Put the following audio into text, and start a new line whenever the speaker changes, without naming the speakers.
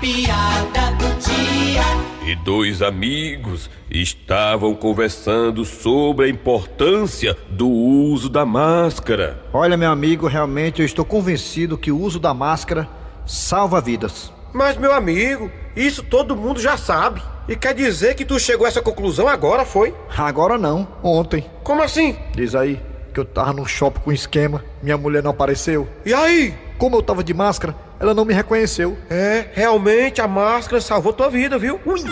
piada do dia.
E dois amigos estavam conversando sobre a importância do uso da máscara.
Olha, meu amigo, realmente eu estou convencido que o uso da máscara salva vidas.
Mas, meu amigo, isso todo mundo já sabe. E quer dizer que tu chegou a essa conclusão agora, foi?
Agora não, ontem.
Como assim?
Diz aí que eu tava num shopping com esquema, minha mulher não apareceu.
E aí?
Como eu tava de máscara, ela não me reconheceu.
É, realmente a máscara salvou tua vida, viu? Ui.